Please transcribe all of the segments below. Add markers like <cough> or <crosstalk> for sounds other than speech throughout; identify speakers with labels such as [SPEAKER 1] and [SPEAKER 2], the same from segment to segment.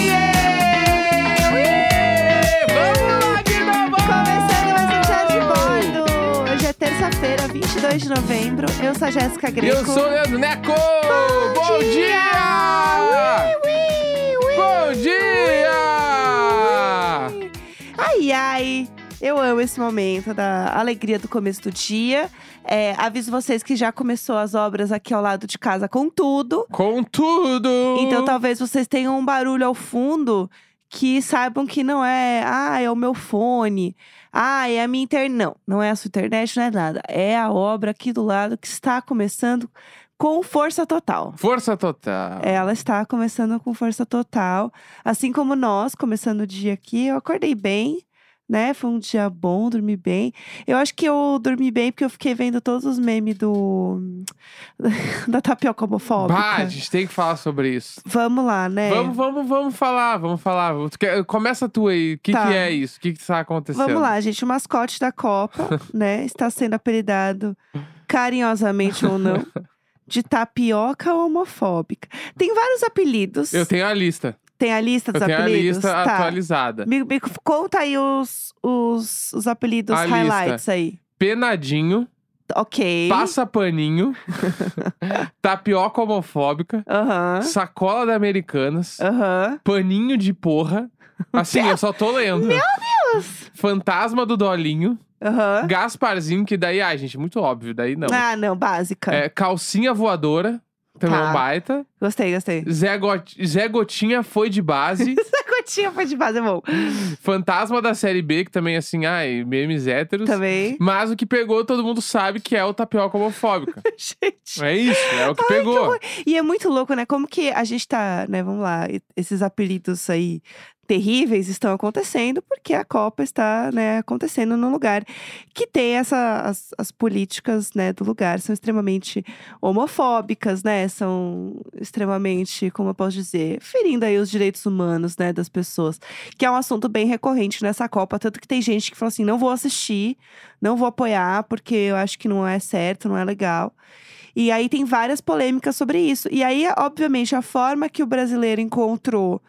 [SPEAKER 1] um é Quinta-feira, 22 de novembro. Eu sou a Jéssica
[SPEAKER 2] E
[SPEAKER 1] Greco.
[SPEAKER 2] eu sou o Leandro Neco! Bom,
[SPEAKER 1] dia!
[SPEAKER 2] dia!
[SPEAKER 1] Ui, ui.
[SPEAKER 2] Bom dia!
[SPEAKER 1] Ai, ai. Eu amo esse momento da alegria do começo do dia. É, aviso vocês que já começou as obras aqui ao lado de casa com tudo.
[SPEAKER 2] Com tudo!
[SPEAKER 1] Então talvez vocês tenham um barulho ao fundo que saibam que não é, ah, é o meu fone, ah, é a minha internet. Não, não é a sua internet, não é nada. É a obra aqui do lado que está começando com força total.
[SPEAKER 2] Força total.
[SPEAKER 1] Ela está começando com força total. Assim como nós, começando o dia aqui, eu acordei bem, né? Foi um dia bom, dormi bem. Eu acho que eu dormi bem porque eu fiquei vendo todos os memes do. <laughs> da tapioca homofóbica.
[SPEAKER 2] Bah, a gente tem que falar sobre isso.
[SPEAKER 1] Vamos lá, né?
[SPEAKER 2] Vamos, vamos, vamos falar, vamos falar. Tu quer- Começa tu aí. O que,
[SPEAKER 1] Tá.
[SPEAKER 2] que é isso? O que, que está acontecendo?
[SPEAKER 1] Vamos lá, gente. O mascote
[SPEAKER 2] <laughs>
[SPEAKER 1] da Copa, né? Está sendo apelidado, carinhosamente ou não, de tapioca homofóbica. Tem vários apelidos.
[SPEAKER 2] Eu tenho a lista.
[SPEAKER 1] Tem a lista dos
[SPEAKER 2] eu tenho a
[SPEAKER 1] apelidos?
[SPEAKER 2] lista
[SPEAKER 1] tá.
[SPEAKER 2] atualizada.
[SPEAKER 1] Me, me conta aí os, os, os apelidos
[SPEAKER 2] A
[SPEAKER 1] highlights aí.
[SPEAKER 2] Penadinho,
[SPEAKER 1] Ok.
[SPEAKER 2] passa
[SPEAKER 1] <laughs>
[SPEAKER 2] paninho, tapioca homofóbica,
[SPEAKER 1] Aham.
[SPEAKER 2] sacola da Americanas.
[SPEAKER 1] Aham.
[SPEAKER 2] Paninho de porra. Assim, eu só tô lendo. Meu Deus! Fantasma do Dolinho.
[SPEAKER 1] Aham.
[SPEAKER 2] Gasparzinho, que daí, ai, gente, muito óbvio, daí não.
[SPEAKER 1] Ah, não, básica.
[SPEAKER 2] É, calcinha voadora, também
[SPEAKER 1] Tá.
[SPEAKER 2] um baita.
[SPEAKER 1] Gostei, gostei. <laughs>
[SPEAKER 2] Zé, Got- Zé Gotinha foi de base.
[SPEAKER 1] Essa cotinha foi de base, é bom.
[SPEAKER 2] Fantasma da série B, que também, assim, ai, memes héteros.
[SPEAKER 1] Também. <laughs>
[SPEAKER 2] Mas o que pegou, todo mundo sabe que é o tapioca homofóbica.
[SPEAKER 1] Gente.
[SPEAKER 2] é isso, é o que
[SPEAKER 1] Ai, que
[SPEAKER 2] pegou.
[SPEAKER 1] horror. E é muito louco, né? Como que a gente tá, né? Vamos lá, e- esses apelidos aí terríveis estão acontecendo porque a Copa está, né, acontecendo num lugar que tem essa as, as políticas, né, do lugar são extremamente homofóbicas, né? São extremamente, como eu posso dizer, ferindo aí os direitos humanos, né, das pessoas, que é um assunto bem recorrente nessa Copa, tanto que tem gente que fala assim, não vou assistir, não vou apoiar porque eu acho que não é certo, não é legal. E aí tem várias polêmicas sobre isso. E aí, obviamente, a forma que o brasileiro encontrou,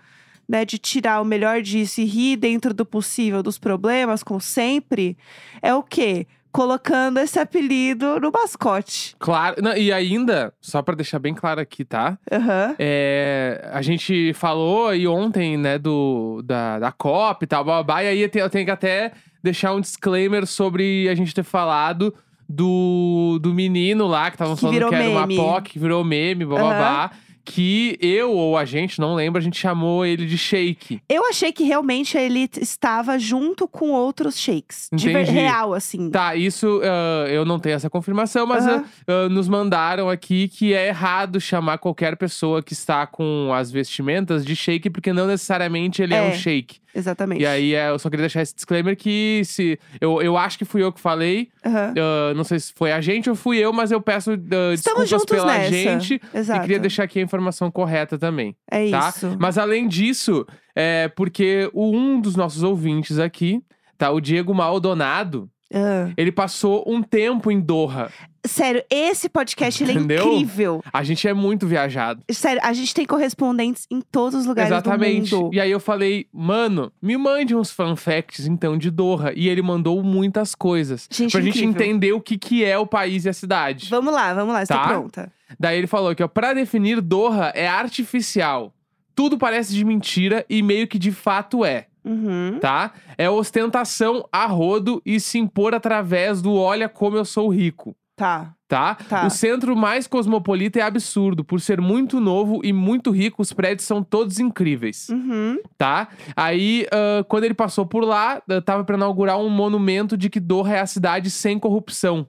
[SPEAKER 1] né, de tirar o melhor disso e rir dentro do possível dos problemas, como sempre, é o quê? Colocando esse apelido no mascote.
[SPEAKER 2] Claro, não, e ainda, só pra deixar bem claro aqui, tá?
[SPEAKER 1] Aham.
[SPEAKER 2] É, a gente falou aí ontem, né, do, da, da COP e tal, babá, e aí eu tenho, eu tenho que até deixar um disclaimer sobre a gente ter falado do, do menino lá, que estavam
[SPEAKER 1] Que
[SPEAKER 2] falando
[SPEAKER 1] virou
[SPEAKER 2] que era
[SPEAKER 1] meme.
[SPEAKER 2] uma POC, que virou meme, babá, que eu ou a gente, não lembro, a gente chamou ele de Shake.
[SPEAKER 1] Eu achei que realmente ele t- estava junto com outros shakes. De ver-
[SPEAKER 2] Entendi.
[SPEAKER 1] real, assim.
[SPEAKER 2] Tá, isso ah, eu não tenho essa confirmação, mas
[SPEAKER 1] Aham.
[SPEAKER 2] ah, ah, nos mandaram aqui que é errado chamar qualquer pessoa que está com as vestimentas de Shake, porque não necessariamente ele é
[SPEAKER 1] É.
[SPEAKER 2] um Shake.
[SPEAKER 1] Exatamente.
[SPEAKER 2] E aí, é, eu só queria deixar esse disclaimer que se. Eu, eu acho que fui eu que falei.
[SPEAKER 1] Aham.
[SPEAKER 2] ah, não sei se foi a gente ou fui eu, mas eu peço ah, desculpas
[SPEAKER 1] Estamos juntos
[SPEAKER 2] pela
[SPEAKER 1] nessa.
[SPEAKER 2] gente.
[SPEAKER 1] Exato.
[SPEAKER 2] E queria deixar aqui a informação correta também,
[SPEAKER 1] É
[SPEAKER 2] tá?
[SPEAKER 1] isso.
[SPEAKER 2] Mas além disso, é porque o- um dos nossos ouvintes aqui, tá? O Diego Maldonado,
[SPEAKER 1] Ah.
[SPEAKER 2] ele passou um tempo em Doha.
[SPEAKER 1] Sério, esse podcast ele é
[SPEAKER 2] Entendeu?
[SPEAKER 1] incrível.
[SPEAKER 2] A gente é muito viajado.
[SPEAKER 1] Sério, a gente tem correspondentes em todos os lugares
[SPEAKER 2] Exatamente.
[SPEAKER 1] do mundo.
[SPEAKER 2] E aí eu falei, mano, me mande uns fan facts então de Doha. E ele mandou muitas coisas.
[SPEAKER 1] Gente,
[SPEAKER 2] pra gente
[SPEAKER 1] incrível.
[SPEAKER 2] entender o que, que é o país e a cidade.
[SPEAKER 1] Vamos lá, vamos lá, estou
[SPEAKER 2] Tá.
[SPEAKER 1] pronta.
[SPEAKER 2] Daí ele falou que, ó, pra definir Doha é artificial. Tudo parece de mentira e meio que de fato é,
[SPEAKER 1] Uhum.
[SPEAKER 2] tá? É ostentação a rodo e se impor através do olha como eu sou rico.
[SPEAKER 1] Tá.
[SPEAKER 2] Tá?
[SPEAKER 1] Tá.
[SPEAKER 2] O centro mais cosmopolita é absurdo. Por ser muito novo e muito rico, os prédios são todos incríveis.
[SPEAKER 1] Uhum.
[SPEAKER 2] Tá? Aí, ah, quando ele passou por lá, ah, tava pra inaugurar um monumento de que Doha é a cidade sem corrupção.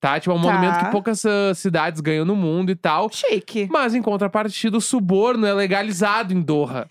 [SPEAKER 2] Tá? Tipo, é um
[SPEAKER 1] Tá.
[SPEAKER 2] monumento que poucas ah, cidades ganham no mundo e tal.
[SPEAKER 1] Chique.
[SPEAKER 2] Mas, em contrapartida, o suborno é legalizado em
[SPEAKER 1] <laughs>
[SPEAKER 2] Doha.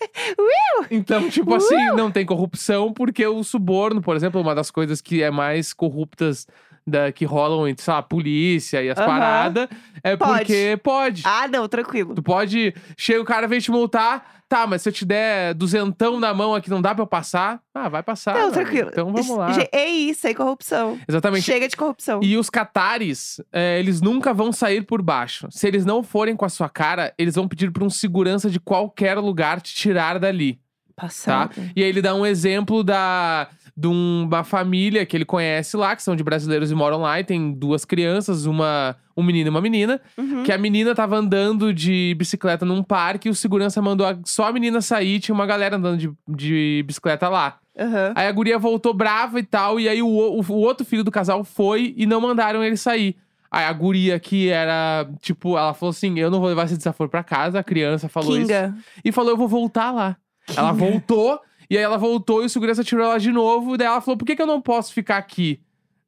[SPEAKER 2] então, tipo assim, não tem corrupção, porque o suborno, por exemplo, é uma das coisas que é mais corruptas da, que rolam entre, sei lá, a polícia e as
[SPEAKER 1] Aham.
[SPEAKER 2] paradas, é
[SPEAKER 1] Pode.
[SPEAKER 2] porque pode.
[SPEAKER 1] Ah, não, tranquilo.
[SPEAKER 2] Tu pode. Chega o cara, vem te multar. Tá, mas se eu te der duzentão na mão aqui, não dá pra eu passar? Ah, vai passar.
[SPEAKER 1] não,
[SPEAKER 2] mano.
[SPEAKER 1] tranquilo.
[SPEAKER 2] Então vamos lá.
[SPEAKER 1] Ge- É isso, sem corrupção.
[SPEAKER 2] Exatamente.
[SPEAKER 1] Chega de corrupção.
[SPEAKER 2] E os catares, eh, eles nunca vão sair por baixo. Se eles não forem com a sua cara, eles vão pedir pra um segurança de qualquer lugar te tirar dali. tá.
[SPEAKER 1] Passado.
[SPEAKER 2] E aí ele dá um exemplo da, de um- uma família que ele conhece lá, que são de brasileiros e moram lá, e tem duas crianças, uma um menino e uma menina,
[SPEAKER 1] Uhum.
[SPEAKER 2] que a menina tava andando de bicicleta num parque e o segurança mandou a- só a menina sair, tinha uma galera andando de, de bicicleta lá.
[SPEAKER 1] Aham.
[SPEAKER 2] Aí a guria voltou brava e tal, e aí o, o- o outro filho do casal foi e não mandaram ele sair. Aí a guria que era, tipo, ela falou assim: eu não vou levar esse desaforo pra casa, a criança falou isso.
[SPEAKER 1] Kinga.
[SPEAKER 2] E falou: eu vou voltar lá. Ela voltou, e aí ela voltou e o segurança tirou ela de novo. Daí ela falou: por que, que eu não posso ficar aqui?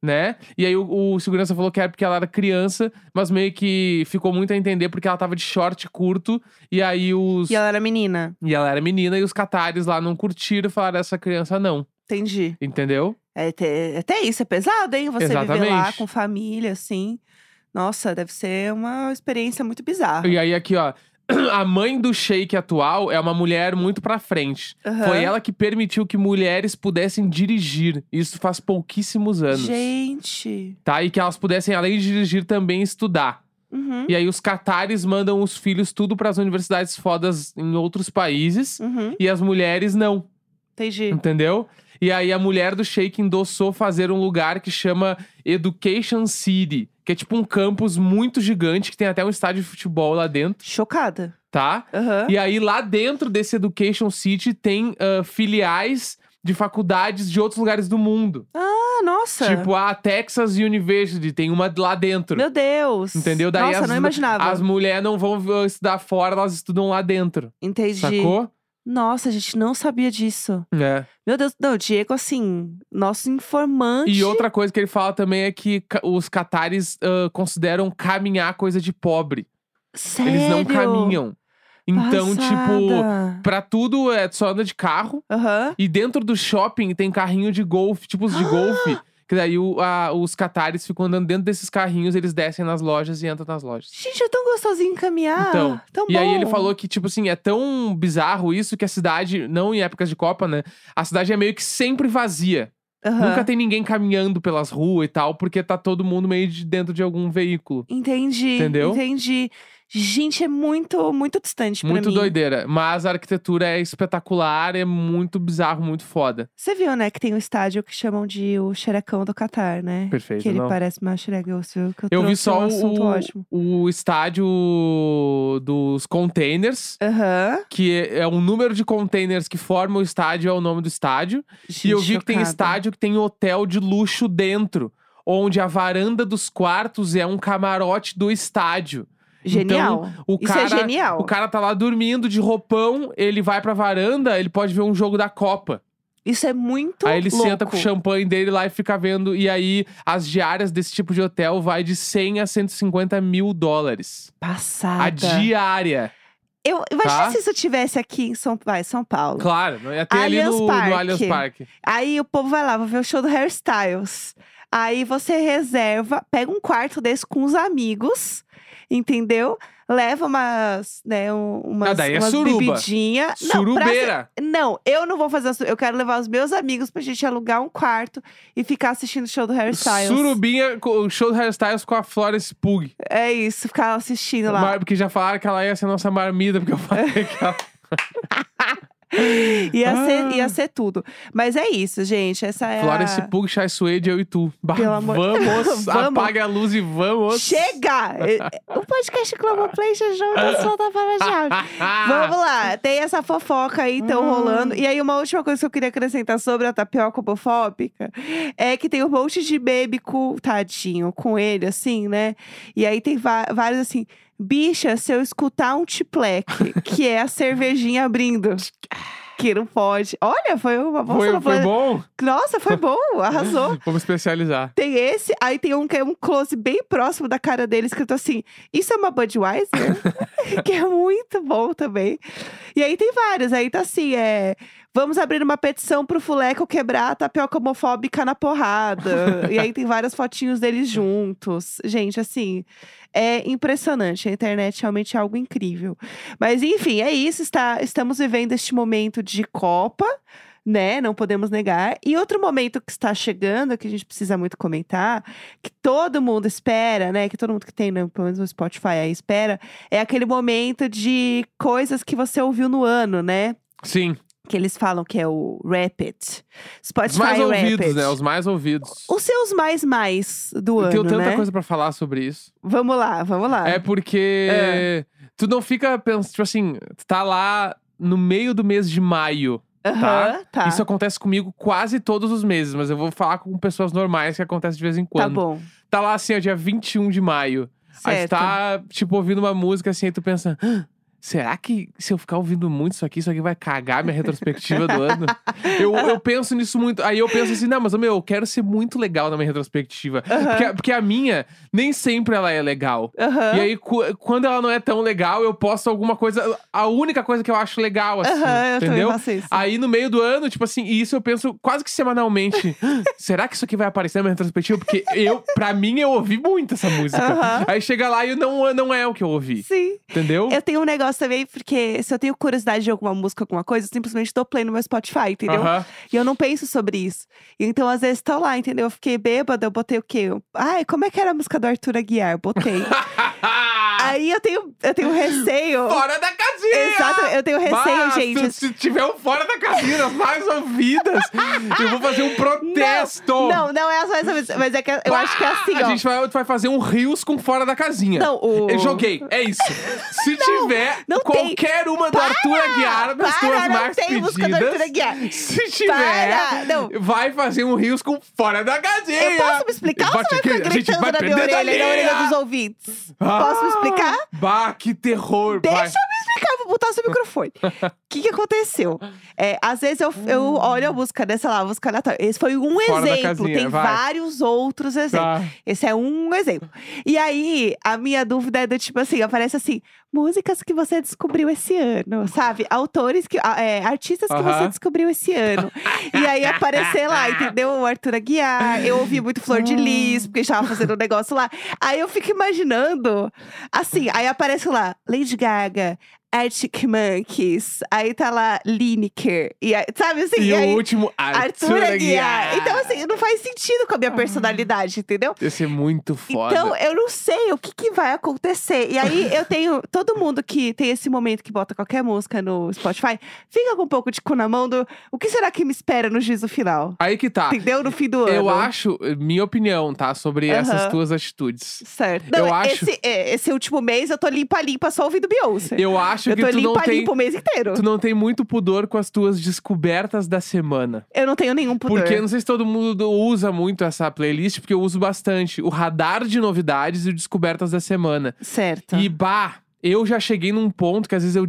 [SPEAKER 2] Né? E aí o, o segurança falou que era porque ela era criança, mas meio que ficou muito a entender porque ela tava de short curto. E aí os.
[SPEAKER 1] E ela era menina.
[SPEAKER 2] e ela era menina, e os catares lá não curtiram e falaram: essa criança não.
[SPEAKER 1] Entendi.
[SPEAKER 2] Entendeu?
[SPEAKER 1] É até, até isso, é pesado, hein? Você viver lá
[SPEAKER 2] Exatamente.
[SPEAKER 1] com família, assim. Nossa, deve ser uma experiência muito bizarra.
[SPEAKER 2] E aí, aqui, ó. <clears throat> A mãe do Sheik atual é uma mulher muito pra frente.
[SPEAKER 1] Aham.
[SPEAKER 2] Foi ela que permitiu que mulheres pudessem dirigir. Isso faz pouquíssimos anos.
[SPEAKER 1] Gente.
[SPEAKER 2] Tá? E que elas pudessem, além de dirigir, também estudar.
[SPEAKER 1] Uhum.
[SPEAKER 2] E aí, os catares mandam os filhos tudo pras universidades fodas em outros países.
[SPEAKER 1] Uhum.
[SPEAKER 2] E Uhum. as mulheres não.
[SPEAKER 1] Entendi.
[SPEAKER 2] Entendeu? E aí a mulher do Sheik endossou fazer um lugar que chama Education City, que é tipo um campus muito gigante, que tem até um estádio de futebol lá dentro,
[SPEAKER 1] Chocada.
[SPEAKER 2] tá?
[SPEAKER 1] Aham.
[SPEAKER 2] E aí lá dentro desse Education City tem ah, filiais de faculdades de outros lugares do mundo.
[SPEAKER 1] Ah, nossa.
[SPEAKER 2] Tipo a Texas University, tem uma lá dentro.
[SPEAKER 1] Meu Deus.
[SPEAKER 2] Entendeu? Daí
[SPEAKER 1] nossa,
[SPEAKER 2] as,
[SPEAKER 1] não imaginava.
[SPEAKER 2] As mulheres não vão ah, estudar fora, elas estudam lá dentro.
[SPEAKER 1] Entendi.
[SPEAKER 2] Sacou?
[SPEAKER 1] Nossa, a gente não sabia disso.
[SPEAKER 2] É.
[SPEAKER 1] Meu Deus, não, o Diego, assim, nosso informante.
[SPEAKER 2] E outra coisa que ele fala também é que ca- os catares ah, consideram caminhar coisa de pobre.
[SPEAKER 1] Sério?
[SPEAKER 2] Eles não caminham. Então, tipo,
[SPEAKER 1] Passada.
[SPEAKER 2] pra tudo é tu só anda de carro.
[SPEAKER 1] Aham.
[SPEAKER 2] E dentro do shopping tem carrinho de golfe, tipos de
[SPEAKER 1] <gasps>
[SPEAKER 2] golfe. Que daí o- a- os catares ficam andando dentro desses carrinhos, eles descem nas lojas e entram nas lojas.
[SPEAKER 1] Gente, é tão gostosinho caminhar.
[SPEAKER 2] Então,
[SPEAKER 1] tão
[SPEAKER 2] E aí ele
[SPEAKER 1] bom.
[SPEAKER 2] falou que, tipo assim, é tão bizarro isso que a cidade, não em épocas de Copa, né? A cidade é meio que sempre vazia.
[SPEAKER 1] Aham.
[SPEAKER 2] Nunca tem ninguém caminhando pelas ruas e tal, porque tá todo mundo meio de dentro de algum veículo.
[SPEAKER 1] Entendi.
[SPEAKER 2] Entendeu?
[SPEAKER 1] Entendi. Gente, é muito, muito distante pra
[SPEAKER 2] muito
[SPEAKER 1] mim.
[SPEAKER 2] doideira. Mas a arquitetura é espetacular, é muito bizarro, muito foda.
[SPEAKER 1] Você viu, né, que tem um estádio que chamam de o xerecão do Catar, né?
[SPEAKER 2] Perfeito,
[SPEAKER 1] que ele
[SPEAKER 2] não.
[SPEAKER 1] parece uma xereca, eu, que eu,
[SPEAKER 2] Eu vi
[SPEAKER 1] trouxe
[SPEAKER 2] só
[SPEAKER 1] um assunto ótimo.
[SPEAKER 2] o, o estádio dos containers,
[SPEAKER 1] Aham.
[SPEAKER 2] que é, é o número de containers que forma o estádio, é o nome do estádio.
[SPEAKER 1] Gente,
[SPEAKER 2] e eu vi que tem
[SPEAKER 1] chocada.
[SPEAKER 2] estádio que tem hotel de luxo dentro, onde a varanda dos quartos é um camarote do estádio.
[SPEAKER 1] Genial.
[SPEAKER 2] então O
[SPEAKER 1] Isso
[SPEAKER 2] cara,
[SPEAKER 1] é genial.
[SPEAKER 2] O cara tá lá dormindo de roupão, ele vai pra varanda, ele pode ver um jogo da Copa.
[SPEAKER 1] Isso é muito
[SPEAKER 2] aí ele
[SPEAKER 1] louco.
[SPEAKER 2] senta com o champanhe dele lá e fica vendo. E aí as diárias desse tipo de hotel vai de 100 a 150 mil dólares.
[SPEAKER 1] Passada.
[SPEAKER 2] A diária.
[SPEAKER 1] Eu, imagina
[SPEAKER 2] Tá?
[SPEAKER 1] se isso tivesse aqui em São, vai, São Paulo.
[SPEAKER 2] Claro, né? tem ali
[SPEAKER 1] Allianz
[SPEAKER 2] no,
[SPEAKER 1] Parque.
[SPEAKER 2] no Allianz Parque.
[SPEAKER 1] Aí o povo vai lá, vai ver o show do Hairstyles. Aí você reserva, pega um quarto desse com os amigos, entendeu? Leva umas, né, um- umas,
[SPEAKER 2] Ah, daí é
[SPEAKER 1] umas
[SPEAKER 2] suruba.
[SPEAKER 1] bebidinha. Não, pra ser-
[SPEAKER 2] Surubeira.
[SPEAKER 1] Não, eu não vou fazer isso. Eu quero levar os meus amigos pra gente alugar um quarto e ficar assistindo o show do Hairstyles.
[SPEAKER 2] Surubinha, com- o show do Hairstyles com a Florence Pug.
[SPEAKER 1] É isso, ficar assistindo lá.
[SPEAKER 2] Mar- Porque já falaram que ela ia ser nossa marmita, porque eu
[SPEAKER 1] <laughs>
[SPEAKER 2] falei que ela...
[SPEAKER 1] Ia,
[SPEAKER 2] Ah.
[SPEAKER 1] ser, ia ser tudo. Mas é isso, gente. Essa é
[SPEAKER 2] Florence
[SPEAKER 1] a...
[SPEAKER 2] Pug, Chai Suede, eu e tu. Bah,
[SPEAKER 1] Pelo amor-
[SPEAKER 2] Vamos, <laughs>
[SPEAKER 1] Vamos.
[SPEAKER 2] apaga a luz e vamos. <laughs>
[SPEAKER 1] Chega! É- O podcast Globoplay já já solta para
[SPEAKER 2] <laughs>
[SPEAKER 1] já. Vamos lá, tem essa fofoca aí, então,
[SPEAKER 2] Hum.
[SPEAKER 1] rolando. E aí, uma última coisa que eu queria acrescentar sobre a tapioca homofóbica é que tem um monte de baby com, tadinho, com ele, assim, né? E aí tem va- vários assim, bicha, se eu escutar um
[SPEAKER 2] <laughs>
[SPEAKER 1] tipleque, que é a cervejinha abrindo. Que não pode. Olha, foi uma bolsa
[SPEAKER 2] ah." Foi, um
[SPEAKER 1] na
[SPEAKER 2] foi
[SPEAKER 1] plana-
[SPEAKER 2] bom?
[SPEAKER 1] Nossa, foi bom, arrasou.
[SPEAKER 2] <laughs> Vamos especializar.
[SPEAKER 1] Tem esse, aí tem um que é um close bem próximo da cara dele, escrito assim: Isso é uma Budweiser? <laughs> que é muito bom também. E aí tem vários, aí tá assim: é, Vamos abrir uma petição pro Fuleco quebrar a tapioca homofóbica na porrada. e aí tem várias fotinhos deles juntos. Gente, assim, é impressionante. A internet realmente é algo incrível. Mas enfim, é isso. Está, estamos vivendo este momento de Copa né? Não podemos negar. E outro momento que está chegando, que a gente precisa muito comentar, que todo mundo espera, né? Que todo mundo que tem, né, pelo menos no Spotify aí espera, é aquele momento de coisas que você ouviu no ano, né?
[SPEAKER 2] Sim.
[SPEAKER 1] que eles falam que é o Rapid.
[SPEAKER 2] Os
[SPEAKER 1] Spotify
[SPEAKER 2] mais ouvidos,
[SPEAKER 1] Rapid.
[SPEAKER 2] né? Os mais ouvidos.
[SPEAKER 1] Os seus mais mais do
[SPEAKER 2] Eu
[SPEAKER 1] ano,
[SPEAKER 2] tenho tanta
[SPEAKER 1] né?
[SPEAKER 2] coisa pra falar sobre isso.
[SPEAKER 1] Vamos lá, vamos lá.
[SPEAKER 2] É porque
[SPEAKER 1] Ah. É.
[SPEAKER 2] tu não fica pensando, tipo assim, tu tá lá no meio do mês de maio.
[SPEAKER 1] Aham, tá.
[SPEAKER 2] Isso é acontece comigo quase todos os meses, mas eu vou falar com pessoas normais que acontece de vez em quando.
[SPEAKER 1] Tá bom.
[SPEAKER 2] Tá lá assim, ó, dia 21 de maio. Aí tu
[SPEAKER 1] Certo.
[SPEAKER 2] tá, tipo, ouvindo uma música assim, aí tu pensa. "Ah, Será que se eu ficar ouvindo muito isso aqui, isso aqui vai cagar minha retrospectiva do
[SPEAKER 1] <laughs>
[SPEAKER 2] ano? Eu, eu penso nisso muito. Aí eu penso assim, não, mas meu, eu quero ser muito legal na minha retrospectiva. Porque, a- porque a minha, nem sempre ela é legal.
[SPEAKER 1] Aham.
[SPEAKER 2] E aí, cu- quando ela não é tão legal, eu posto alguma coisa. A única coisa que eu acho legal, assim.
[SPEAKER 1] Aham, eu
[SPEAKER 2] entendeu?
[SPEAKER 1] também faço isso.
[SPEAKER 2] Aí no meio do ano, tipo assim, e isso eu penso quase que
[SPEAKER 1] <laughs>
[SPEAKER 2] semanalmente. Será que isso aqui vai aparecer na minha retrospectiva? Porque eu, pra mim, eu ouvi muito essa música.
[SPEAKER 1] Aham.
[SPEAKER 2] Aí chega lá e não, não é o que eu ouvi.
[SPEAKER 1] Sim.
[SPEAKER 2] Entendeu?
[SPEAKER 1] Eu tenho um negócio também, porque se eu tenho curiosidade de alguma música, alguma coisa, eu simplesmente dou play no meu Spotify, entendeu?
[SPEAKER 2] Aham.
[SPEAKER 1] E eu não penso sobre isso. Então, às vezes, tá lá, entendeu? Eu fiquei bêbada, eu botei o quê? Eu- Ai, como é que era a música do Arthur
[SPEAKER 2] <laughs>
[SPEAKER 1] Aguiar? Botei. <laughs> Aí eu tenho, eu tenho receio.
[SPEAKER 2] Fora da casinha!
[SPEAKER 1] Exato, eu tenho receio,
[SPEAKER 2] Mas, Se,
[SPEAKER 1] gente.
[SPEAKER 2] se tiver um fora da casinha das mais ouvidas, eu vou
[SPEAKER 1] <laughs>
[SPEAKER 2] fazer um protesto!
[SPEAKER 1] Não, não é as mais ou menos, mas é que eu acho que é assim, ó.
[SPEAKER 2] A gente vai, vai fazer um rios com fora da casinha.
[SPEAKER 1] Não, o-
[SPEAKER 2] Eu joguei, é isso. Se tiver
[SPEAKER 1] não tem.
[SPEAKER 2] qualquer uma do
[SPEAKER 1] Para!
[SPEAKER 2] Arthur Aguiar nas
[SPEAKER 1] Para,
[SPEAKER 2] tuas
[SPEAKER 1] não
[SPEAKER 2] mais
[SPEAKER 1] tem
[SPEAKER 2] pedidas...
[SPEAKER 1] música do Arthur Aguiar.
[SPEAKER 2] Se tiver,
[SPEAKER 1] Para, não.
[SPEAKER 2] vai fazer um rios com fora da casinha.
[SPEAKER 1] Eu posso me explicar ou
[SPEAKER 2] é. Bate
[SPEAKER 1] você vai ficar
[SPEAKER 2] aqui, a gente
[SPEAKER 1] gritando
[SPEAKER 2] vai
[SPEAKER 1] na minha
[SPEAKER 2] perder da
[SPEAKER 1] orelha, e na orelha
[SPEAKER 2] linha.
[SPEAKER 1] dos ouvintes?
[SPEAKER 2] Ah,
[SPEAKER 1] Posso me explicar?
[SPEAKER 2] Bah, que terror,
[SPEAKER 1] Deixa eu
[SPEAKER 2] vai.
[SPEAKER 1] me explicar, vou botar o seu
[SPEAKER 2] <laughs>
[SPEAKER 1] microfone. O que, que aconteceu? É, às vezes eu, eu olho a música, né, sei lá, a música aleatória. Esse foi um
[SPEAKER 2] Hum. Fora da
[SPEAKER 1] exemplo,
[SPEAKER 2] casinha,
[SPEAKER 1] tem
[SPEAKER 2] vai.
[SPEAKER 1] vários outros exemplos.
[SPEAKER 2] Tá.
[SPEAKER 1] Esse é um exemplo. E aí, a minha dúvida é do tipo assim: aparece assim, músicas que você descobriu esse ano, sabe? Autores que. ah, é, artistas que
[SPEAKER 2] Aham.
[SPEAKER 1] você descobriu esse ano. e aí aparecer lá, entendeu? O Arthur Aguiar, eu ouvi muito Flor de
[SPEAKER 2] Hum.
[SPEAKER 1] Lis, porque estava fazendo um negócio lá. Aí eu fico imaginando, assim, aí aparece lá, Lady Gaga. Arctic Monkeys, aí tá lá Lineker, e aí- sabe assim?
[SPEAKER 2] E,
[SPEAKER 1] aí,
[SPEAKER 2] o último, Arthur,
[SPEAKER 1] Arthur
[SPEAKER 2] Aguiar.
[SPEAKER 1] Aguiar. Então, assim, não faz sentido com a minha personalidade, entendeu?
[SPEAKER 2] Esse é muito foda.
[SPEAKER 1] Então, eu não sei o que, que vai acontecer. E aí,
[SPEAKER 2] <laughs>
[SPEAKER 1] eu tenho. Todo mundo que tem esse momento que bota qualquer música no Spotify, fica com um pouco de cu na mão do. O que será que me espera no juízo final?
[SPEAKER 2] Aí que tá.
[SPEAKER 1] Entendeu? No fim do
[SPEAKER 2] Eu
[SPEAKER 1] ano.
[SPEAKER 2] acho, minha opinião, tá? Sobre essas
[SPEAKER 1] Aham.
[SPEAKER 2] tuas atitudes.
[SPEAKER 1] Certo. Não,
[SPEAKER 2] eu acho-
[SPEAKER 1] Esse, é, esse último mês eu tô limpa-limpa só ouvindo Beyoncé.
[SPEAKER 2] Eu acho
[SPEAKER 1] Eu
[SPEAKER 2] que
[SPEAKER 1] tô
[SPEAKER 2] tu não tem.
[SPEAKER 1] limpa-limpa o mês inteiro.
[SPEAKER 2] Tu não tem muito pudor com as tuas descobertas da semana.
[SPEAKER 1] Eu não tenho nenhum pudor.
[SPEAKER 2] Porque não sei se todo mundo usa muito essa playlist, porque eu uso bastante. O radar de novidades e o descobertas da semana.
[SPEAKER 1] Certo.
[SPEAKER 2] E bah, eu já cheguei num ponto que às vezes eu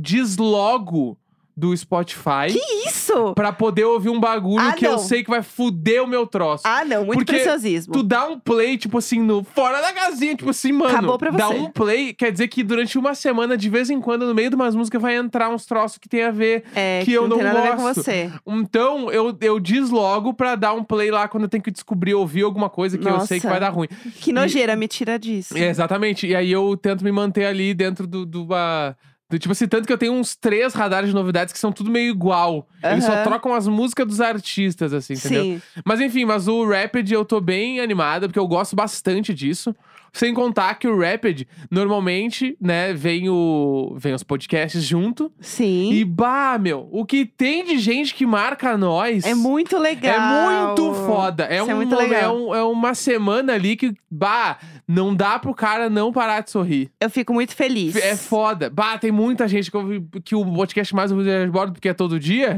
[SPEAKER 2] deslogo do Spotify
[SPEAKER 1] Que isso?
[SPEAKER 2] pra poder ouvir um bagulho
[SPEAKER 1] Ah,
[SPEAKER 2] que eu
[SPEAKER 1] não.
[SPEAKER 2] sei que vai fuder o meu troço.
[SPEAKER 1] Ah, não. Muito
[SPEAKER 2] Porque
[SPEAKER 1] preciosismo.
[SPEAKER 2] Tu dá um play, tipo assim, no fora da casinha, tipo assim, mano.
[SPEAKER 1] Acabou pra
[SPEAKER 2] Dá
[SPEAKER 1] você.
[SPEAKER 2] um play, quer dizer que durante uma semana, de vez em quando, no meio de umas músicas, vai entrar uns troços que tem a ver.
[SPEAKER 1] É,
[SPEAKER 2] que eu
[SPEAKER 1] não,
[SPEAKER 2] não
[SPEAKER 1] tem nada a ver com
[SPEAKER 2] gosto.
[SPEAKER 1] você.
[SPEAKER 2] Então, eu, eu deslogo pra dar um play lá quando eu tenho que descobrir, ouvir alguma coisa que eu sei que
[SPEAKER 1] Nossa.
[SPEAKER 2] vai dar ruim.
[SPEAKER 1] Que nojeira, me tira disso.
[SPEAKER 2] É, exatamente. E aí eu tento me manter ali dentro do. do, ah, do- tipo assim, tanto que eu tenho uns três radares de novidades que são tudo meio igual. Eles só
[SPEAKER 1] Aham.
[SPEAKER 2] trocam as músicas dos artistas, assim, entendeu?
[SPEAKER 1] Sim.
[SPEAKER 2] Mas enfim, mas o Rapid eu tô bem animada, porque eu gosto bastante disso. Sem contar que o Rapid, normalmente, né, vem, o, vem os podcasts junto.
[SPEAKER 1] Sim.
[SPEAKER 2] E bah, meu, o que tem de gente que marca nós.
[SPEAKER 1] É muito
[SPEAKER 2] É
[SPEAKER 1] legal.
[SPEAKER 2] muito foda. É,
[SPEAKER 1] Isso
[SPEAKER 2] um,
[SPEAKER 1] é muito
[SPEAKER 2] mo- é,
[SPEAKER 1] legal.
[SPEAKER 2] um- é uma semana ali que, bah, não dá pro cara não parar de sorrir.
[SPEAKER 1] Eu fico muito feliz.
[SPEAKER 2] É foda. Bah, tem muita gente que, ouve, que o podcast mais ouve é bordo porque é todo
[SPEAKER 1] <laughs>
[SPEAKER 2] dia.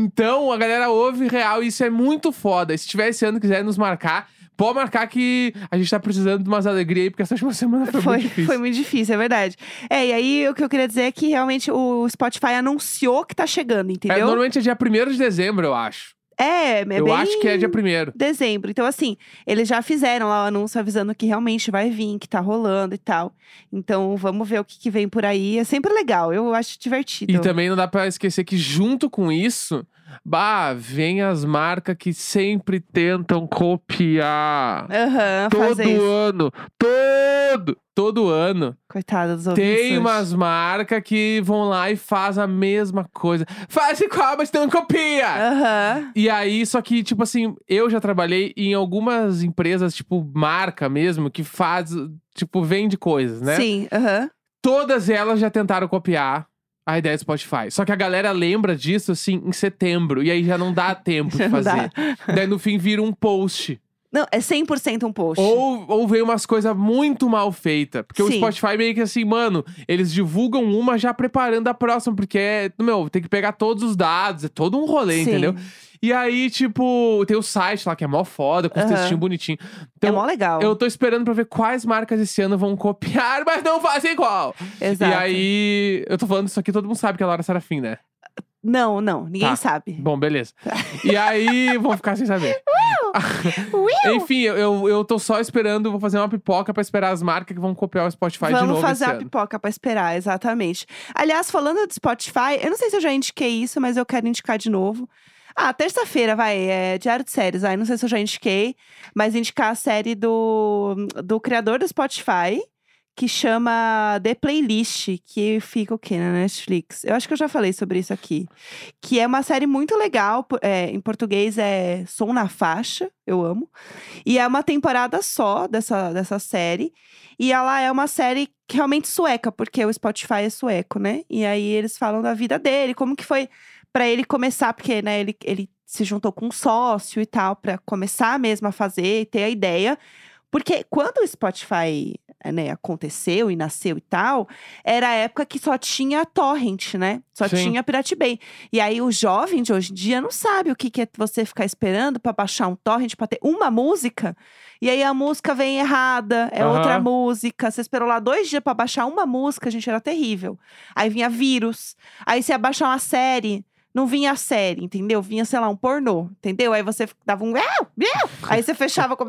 [SPEAKER 2] então, a galera ouve real e isso é muito foda. E Se tiver esse ano quiser nos marcar, pode marcar que a gente tá precisando de umas alegrias aí, porque essa última <laughs> semana <laughs>
[SPEAKER 1] <laughs>
[SPEAKER 2] foi,
[SPEAKER 1] Foi,
[SPEAKER 2] muito difícil.
[SPEAKER 1] foi muito difícil, é verdade. É, e aí o que eu queria dizer é que realmente o Spotify anunciou que tá chegando,
[SPEAKER 2] É,
[SPEAKER 1] entendeu?
[SPEAKER 2] normalmente é dia 1 de dezembro, eu acho.
[SPEAKER 1] É, é,
[SPEAKER 2] eu
[SPEAKER 1] bem
[SPEAKER 2] acho que é dia 1
[SPEAKER 1] dezembro. Então, assim, eles já fizeram lá o anúncio avisando que realmente vai vir, que tá rolando e tal. Então, vamos ver o que, que vem por aí. É sempre legal, eu acho divertido.
[SPEAKER 2] E também não dá pra esquecer que junto com isso, bah, vem as marcas que sempre tentam copiar.
[SPEAKER 1] Aham,
[SPEAKER 2] todo
[SPEAKER 1] É, fazer isso.
[SPEAKER 2] ano, todo, todo ano
[SPEAKER 1] Coitada dos ouvintes.
[SPEAKER 2] tem
[SPEAKER 1] hoje.
[SPEAKER 2] umas marcas que vão lá e faz a mesma coisa. Faz igual, mas não
[SPEAKER 1] É.
[SPEAKER 2] copia.
[SPEAKER 1] Aham.
[SPEAKER 2] E aí, só que, tipo assim, eu já trabalhei em algumas empresas, tipo, marca mesmo, que faz, tipo, vende coisas, né?
[SPEAKER 1] Sim, aham.
[SPEAKER 2] Todas elas já tentaram copiar a ideia do Spotify. Só que a galera lembra disso, assim, em setembro. E aí já não
[SPEAKER 1] <laughs>
[SPEAKER 2] dá tempo de
[SPEAKER 1] Não
[SPEAKER 2] fazer. Daí no fim vira um post.
[SPEAKER 1] Não, é 100% um post.
[SPEAKER 2] Ou, ou vem umas coisas muito mal feitas. Porque o
[SPEAKER 1] Sim.
[SPEAKER 2] Spotify meio que assim, mano, eles divulgam uma já preparando a próxima. Porque, é, meu, tem que pegar todos os dados. É todo um rolê,
[SPEAKER 1] Sim. é
[SPEAKER 2] entendeu? E aí, tipo, tem o site lá que é mó foda, com os
[SPEAKER 1] Aham.
[SPEAKER 2] textinhos Então, bonitinhos.
[SPEAKER 1] é mó legal.
[SPEAKER 2] Eu tô esperando pra ver quais marcas esse ano vão copiar, mas não fazem igual.
[SPEAKER 1] Exato.
[SPEAKER 2] E aí, eu tô falando isso aqui, todo mundo sabe que é Laura Serafim, né?
[SPEAKER 1] Não, não, ninguém
[SPEAKER 2] Tá.
[SPEAKER 1] sabe.
[SPEAKER 2] Bom, beleza.
[SPEAKER 1] Tá.
[SPEAKER 2] E aí, vão ficar sem
[SPEAKER 1] <laughs>
[SPEAKER 2] saber. Enfim, eu- eu, eu tô só esperando, vou fazer uma pipoca pra esperar as marcas que vão copiar o Spotify de
[SPEAKER 1] Vamos
[SPEAKER 2] novo
[SPEAKER 1] fazer
[SPEAKER 2] esse
[SPEAKER 1] a
[SPEAKER 2] ano.
[SPEAKER 1] pipoca pra esperar, exatamente. Aliás, falando do Spotify, eu não sei se eu já indiquei isso, mas eu quero indicar de novo. Ah, terça-feira, vai, é Diário de Séries. Aí não sei se eu já indiquei, mas indicar a série do, do criador do Spotify, que chama The Playlist, que fica o quê? Na Netflix. Eu acho que eu já falei sobre isso aqui. Que é uma série muito legal, po- é, em português é Som na Faixa, eu amo. E é uma temporada só dessa, dessa série. E ela é uma série que realmente sueca, porque o Spotify é sueco, né? E aí eles falam da vida dele, como que foi pra ele começar, porque né, ele, ele se juntou com um sócio e tal, pra começar mesmo a fazer e ter a ideia. Porque quando o Spotify eh, né, aconteceu e nasceu e tal, era a época que só tinha torrent, né? Só
[SPEAKER 2] Sim.
[SPEAKER 1] tinha Pirate Bay. E aí o jovem de hoje em dia não sabe o que, que é você ficar esperando pra baixar um torrent, pra ter uma música. E aí a música vem errada, é outra
[SPEAKER 2] Aham.
[SPEAKER 1] música. Você esperou lá dois dias pra baixar uma música, gente, era terrível. Aí vinha vírus. Aí você ia baixar uma série. Não vinha a série, entendeu? Vinha, sei lá, um pornô, entendeu? Aí você dava um. Aí você fechava com.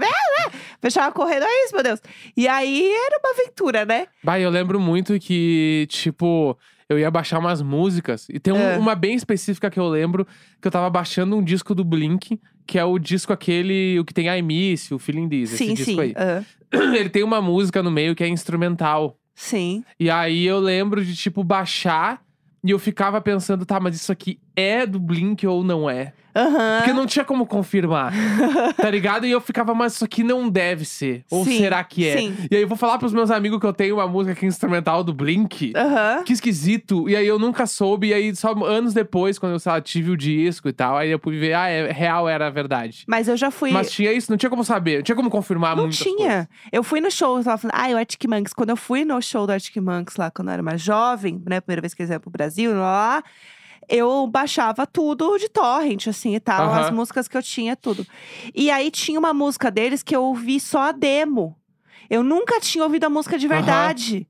[SPEAKER 1] Fechava correndo, é isso, meu Deus. E aí era uma aventura, né?
[SPEAKER 2] Bah, eu lembro muito que, tipo, eu ia baixar umas músicas. E tem um-
[SPEAKER 1] É.
[SPEAKER 2] uma bem específica que eu lembro, que eu tava baixando um disco do Blink, que é o disco aquele, o que tem I Miss, o Feeling This, esse
[SPEAKER 1] sim,
[SPEAKER 2] disco
[SPEAKER 1] sim.
[SPEAKER 2] aí.
[SPEAKER 1] ah,
[SPEAKER 2] <clears throat> Ele tem uma música no meio que é instrumental.
[SPEAKER 1] sim.
[SPEAKER 2] E aí eu lembro de, tipo, baixar e eu ficava pensando, tá, mas isso aqui é do Blink ou não é?
[SPEAKER 1] Aham.
[SPEAKER 2] Porque não tinha como
[SPEAKER 1] <laughs>
[SPEAKER 2] confirmar, tá ligado? E eu ficava, mas isso aqui não deve ser. Ou
[SPEAKER 1] Sim,
[SPEAKER 2] será que é?
[SPEAKER 1] Sim.
[SPEAKER 2] E aí eu vou falar pros meus amigos que eu tenho uma música que é instrumental do Blink.
[SPEAKER 1] Aham.
[SPEAKER 2] Que esquisito. E aí eu nunca soube. E aí só anos depois, quando eu sei lá, tive o disco e tal, aí eu pude ver, ah, é real, era a verdade.
[SPEAKER 1] Mas eu já fui.
[SPEAKER 2] Mas tinha isso, não tinha como saber, não tinha como confirmar
[SPEAKER 1] Não
[SPEAKER 2] muitas
[SPEAKER 1] tinha.
[SPEAKER 2] coisas.
[SPEAKER 1] Eu fui no show, eu tava falando, ai, o Arctic Monkeys. Quando eu fui no show do Arctic Monkeys lá, quando eu era mais jovem, né? Primeira vez que eles vieram pro Brasil, lá, lá, eu baixava tudo de torrent, assim, e tal.
[SPEAKER 2] Aham.
[SPEAKER 1] As músicas que eu tinha, tudo. E aí tinha uma música deles que eu ouvi só a demo. Eu nunca tinha ouvido a música de
[SPEAKER 2] Aham.
[SPEAKER 1] verdade.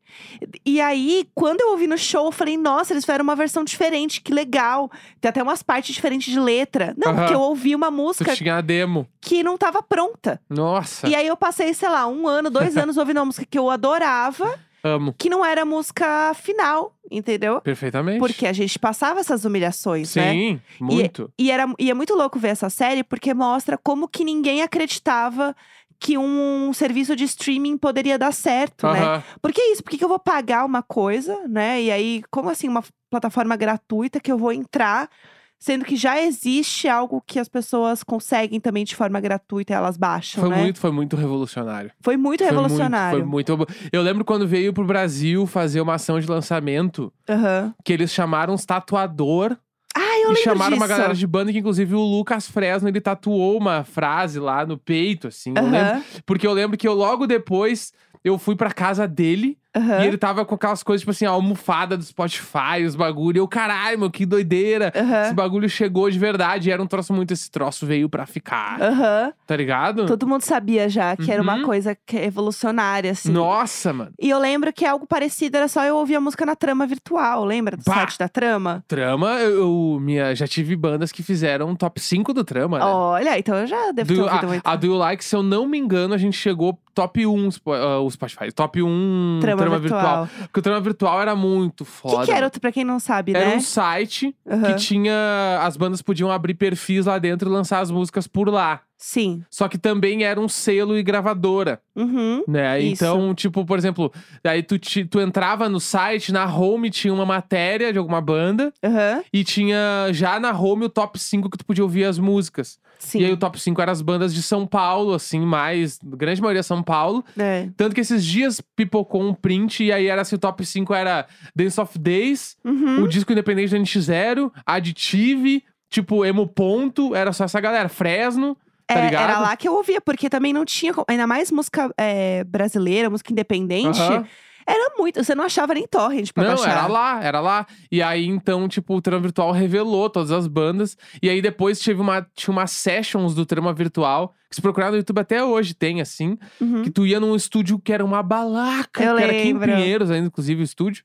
[SPEAKER 1] E aí, quando eu ouvi no show, eu falei, nossa, eles fizeram uma versão diferente, que legal. Tem até umas partes diferentes de letra. Não,
[SPEAKER 2] Aham.
[SPEAKER 1] porque eu ouvi uma
[SPEAKER 2] Tu
[SPEAKER 1] música
[SPEAKER 2] tinha a demo.
[SPEAKER 1] que não tava pronta.
[SPEAKER 2] Nossa,
[SPEAKER 1] E é aí eu passei, sei lá, um ano,
[SPEAKER 2] <laughs>
[SPEAKER 1] dois anos ouvindo uma música que eu adorava,
[SPEAKER 2] amo.
[SPEAKER 1] que não era a música final, entendeu?
[SPEAKER 2] Perfeitamente.
[SPEAKER 1] Porque a gente passava essas humilhações, né?
[SPEAKER 2] Sim, muito.
[SPEAKER 1] E, era, e é muito louco ver essa série, porque mostra como que ninguém acreditava que um serviço de streaming poderia dar certo, né?
[SPEAKER 2] Aham.
[SPEAKER 1] Por que isso? Por que, que eu vou pagar uma coisa, né? E aí, como assim, uma f- plataforma gratuita que eu vou entrar, sendo que já existe algo que as pessoas conseguem também de forma gratuita e elas baixam,
[SPEAKER 2] Foi
[SPEAKER 1] né?
[SPEAKER 2] muito, foi muito revolucionário.
[SPEAKER 1] Foi muito
[SPEAKER 2] Foi muito,
[SPEAKER 1] revolucionário.
[SPEAKER 2] Foi muito, Eu lembro quando veio pro Brasil fazer uma ação de lançamento,
[SPEAKER 1] Aham.
[SPEAKER 2] que eles chamaram uns tatuador
[SPEAKER 1] Ah, eu
[SPEAKER 2] e
[SPEAKER 1] lembro
[SPEAKER 2] chamaram
[SPEAKER 1] disso.
[SPEAKER 2] uma galera de banda que inclusive o Lucas Fresno, ele tatuou uma frase lá no peito assim, eu lembro.
[SPEAKER 1] Aham,
[SPEAKER 2] porque eu lembro que eu logo depois eu fui pra casa dele
[SPEAKER 1] aham,
[SPEAKER 2] e ele tava com aquelas coisas tipo assim, a almofada do Spotify, os bagulho. E eu, caralho, meu, que doideira. Esse
[SPEAKER 1] aham,
[SPEAKER 2] bagulho chegou de verdade, e era um troço muito esse troço veio pra ficar,
[SPEAKER 1] aham.
[SPEAKER 2] tá ligado?
[SPEAKER 1] Todo mundo sabia já que era uma
[SPEAKER 2] Uhum.
[SPEAKER 1] coisa que é evolucionária, assim.
[SPEAKER 2] Nossa, mano.
[SPEAKER 1] E eu lembro que algo parecido era só eu ouvir a música na trama virtual, lembra? Do
[SPEAKER 2] Bah!
[SPEAKER 1] site da trama?
[SPEAKER 2] Trama, eu, eu- minha, já tive bandas que fizeram um top 5 do Trama, né?
[SPEAKER 1] Olha, então eu já devo
[SPEAKER 2] Do ah,
[SPEAKER 1] ter
[SPEAKER 2] You-
[SPEAKER 1] ouvido
[SPEAKER 2] a-
[SPEAKER 1] muito.
[SPEAKER 2] a, Do You Like, se eu não me engano, a gente chegou top 1, Spo- ah, o Spotify, top 1
[SPEAKER 1] Trama virtual.
[SPEAKER 2] Porque o Trama Virtual era muito
[SPEAKER 1] O
[SPEAKER 2] foda.
[SPEAKER 1] que, que era, outro- pra quem não sabe,
[SPEAKER 2] Era
[SPEAKER 1] né?
[SPEAKER 2] um site
[SPEAKER 1] Aham.
[SPEAKER 2] que tinha... As bandas podiam abrir perfis lá dentro e lançar as músicas por lá.
[SPEAKER 1] Sim.
[SPEAKER 2] Só que também era um selo e gravadora.
[SPEAKER 1] Uhum.
[SPEAKER 2] Né?
[SPEAKER 1] Isso.
[SPEAKER 2] Então, tipo, por exemplo, aí tu, ti- tu entrava no site, na home tinha uma matéria de alguma banda
[SPEAKER 1] Aham.
[SPEAKER 2] e tinha já na home o top 5 que tu podia ouvir as músicas.
[SPEAKER 1] Sim.
[SPEAKER 2] E aí o top 5 eram as bandas de São Paulo, assim, mais. Grande maioria São Paulo.
[SPEAKER 1] É.
[SPEAKER 2] Tanto que esses dias pipocou um print e aí era assim: o top 5 era Dance of Days,
[SPEAKER 1] Uhum.
[SPEAKER 2] o disco independente do NX0, Additive, tipo Emo Ponto, era só essa galera, Fresno, tá
[SPEAKER 1] É,
[SPEAKER 2] ligado?
[SPEAKER 1] era lá que eu ouvia, porque também não tinha. co- Ainda mais música é, brasileira, música independente.
[SPEAKER 2] Aham.
[SPEAKER 1] Era muito. Você não achava nem torrent pra
[SPEAKER 2] Não,
[SPEAKER 1] baixar.
[SPEAKER 2] era lá, era lá. E aí, então, tipo, o Trama Virtual revelou todas as bandas. E aí, depois, teve uma, tinha umas sessions do Trama Virtual, que se procurar no YouTube até hoje tem, assim.
[SPEAKER 1] Uhum.
[SPEAKER 2] Que tu ia num estúdio que era uma balaca,
[SPEAKER 1] Eu
[SPEAKER 2] que era aqui em
[SPEAKER 1] lembro.
[SPEAKER 2] Pinheiros ainda, inclusive, o estúdio.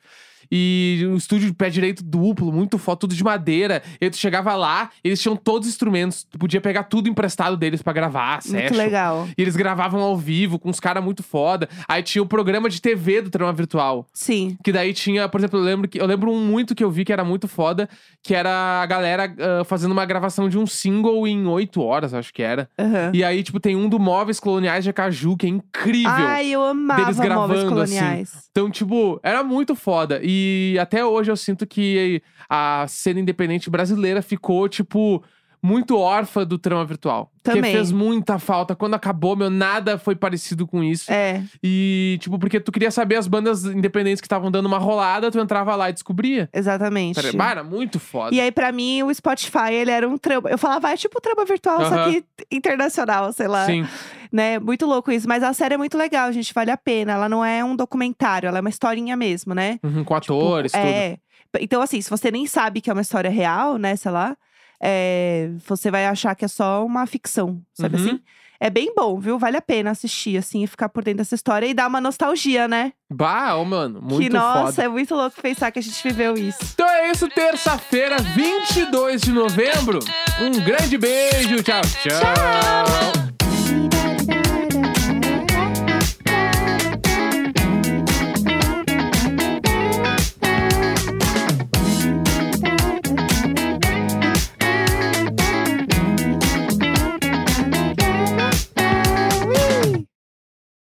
[SPEAKER 2] E um estúdio de pé direito duplo, muito foto, tudo de madeira. E aí tu chegava lá, eles tinham todos os instrumentos. Tu podia pegar tudo emprestado deles pra gravar a
[SPEAKER 1] Muito
[SPEAKER 2] session.
[SPEAKER 1] legal.
[SPEAKER 2] E eles gravavam ao vivo, com uns caras muito foda. Aí tinha o programa de TV do Trama Virtual.
[SPEAKER 1] Sim.
[SPEAKER 2] Que daí tinha, por exemplo, eu lembro, que, eu lembro um muito que eu vi que era muito foda, que era a galera ah, fazendo uma gravação de um single em oito horas, acho que era.
[SPEAKER 1] aham.
[SPEAKER 2] E aí, tipo, tem um do Móveis Coloniais de Acaju, que é incrível.
[SPEAKER 1] Ai, eu amava
[SPEAKER 2] Deles
[SPEAKER 1] móveis
[SPEAKER 2] gravando, assim.
[SPEAKER 1] coloniais.
[SPEAKER 2] Então, tipo, era muito foda. E até hoje eu sinto que a cena independente brasileira ficou, tipo, muito órfã do trama virtual.
[SPEAKER 1] Também.
[SPEAKER 2] Que fez muita falta. Quando acabou, meu, nada foi parecido com isso.
[SPEAKER 1] É.
[SPEAKER 2] E, tipo, porque tu queria saber as bandas independentes que estavam dando uma rolada, tu entrava lá e descobria.
[SPEAKER 1] Exatamente.
[SPEAKER 2] Cara, bah, era é muito foda.
[SPEAKER 1] E aí, pra mim, o Spotify, ele era um trampo. Eu falava, ah, é tipo trampa virtual, só
[SPEAKER 2] Aham.
[SPEAKER 1] que internacional, sei lá.
[SPEAKER 2] Sim,
[SPEAKER 1] Né? Muito louco isso. Mas a série é muito legal, gente. Vale a pena. Ela não é um documentário, ela é uma historinha mesmo, né?
[SPEAKER 2] uhum, com
[SPEAKER 1] Tipo,
[SPEAKER 2] atores, tudo.
[SPEAKER 1] é. Então, assim, se você nem sabe que é uma história real, né, sei lá, é, você vai achar que é só uma ficção, sabe
[SPEAKER 2] Uhum.
[SPEAKER 1] assim? É bem bom, viu? Vale a pena assistir, assim, e ficar por dentro dessa história e dar uma nostalgia, né?
[SPEAKER 2] Bah, ô, mano, muito
[SPEAKER 1] que, nossa,
[SPEAKER 2] foda.
[SPEAKER 1] é muito louco pensar que a gente viveu isso.
[SPEAKER 2] Então é isso, terça-feira, 22 de novembro. Um grande beijo, tchau. tchau.